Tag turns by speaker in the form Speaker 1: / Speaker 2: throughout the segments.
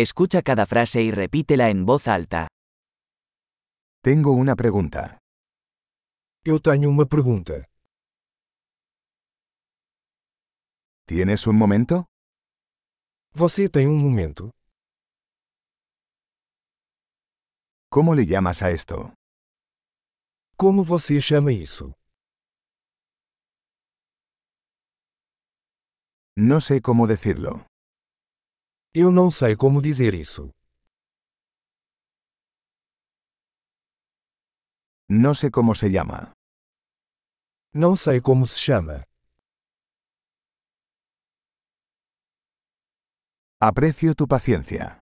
Speaker 1: Escucha cada frase y repítela en voz alta.
Speaker 2: Tengo una pregunta.
Speaker 3: Eu tenho uma pergunta.
Speaker 2: ¿Tienes un momento?
Speaker 3: Você tem um momento?
Speaker 2: ¿Cómo le llamas a esto?
Speaker 3: Como você chama isso?
Speaker 2: No sé cómo decirlo.
Speaker 3: Eu não sei como dizer isso.
Speaker 2: No sé cómo se llama.
Speaker 3: Não sei como se chama.
Speaker 2: Aprecio tu paciencia.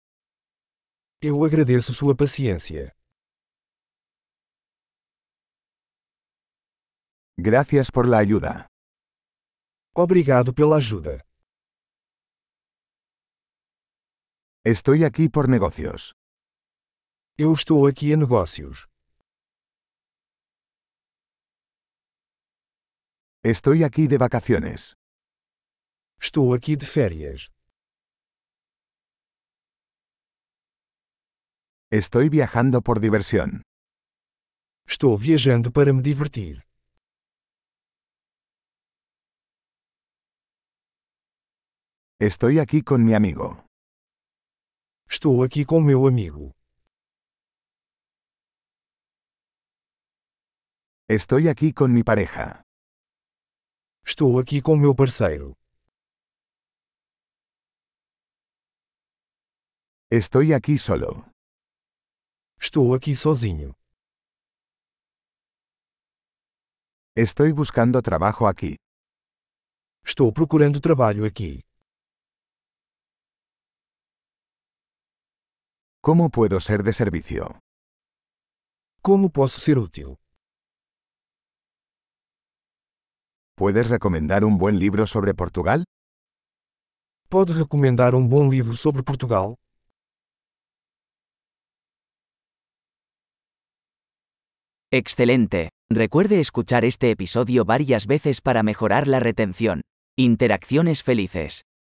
Speaker 3: Eu agradeço sua paciência.
Speaker 2: Gracias por la ayuda.
Speaker 3: Obrigado pela ajuda.
Speaker 2: Estoy aquí por negocios.
Speaker 3: Eu estou aqui a negócios.
Speaker 2: Estoy aquí de vacaciones.
Speaker 3: Estou aqui de férias.
Speaker 2: Estoy viajando por diversión.
Speaker 3: Estou viajando para me divertir.
Speaker 2: Estoy aquí con mi amigo.
Speaker 3: Estou aqui com meu amigo.
Speaker 2: Estoy aquí con mi pareja.
Speaker 3: Estou aqui com meu parceiro.
Speaker 2: Estoy aquí solo.
Speaker 3: Estou aqui sozinho.
Speaker 2: Estoy buscando trabajo aquí.
Speaker 3: Estou procurando trabalho aqui.
Speaker 2: ¿Cómo puedo ser de servicio?
Speaker 3: Como posso ser útil?
Speaker 2: ¿Puedes recomendar un buen libro sobre Portugal?
Speaker 3: Pode recomendar um bom livro sobre Portugal?
Speaker 1: Excelente. Recuerde escuchar este episodio varias veces para mejorar la retención. Interacciones felices.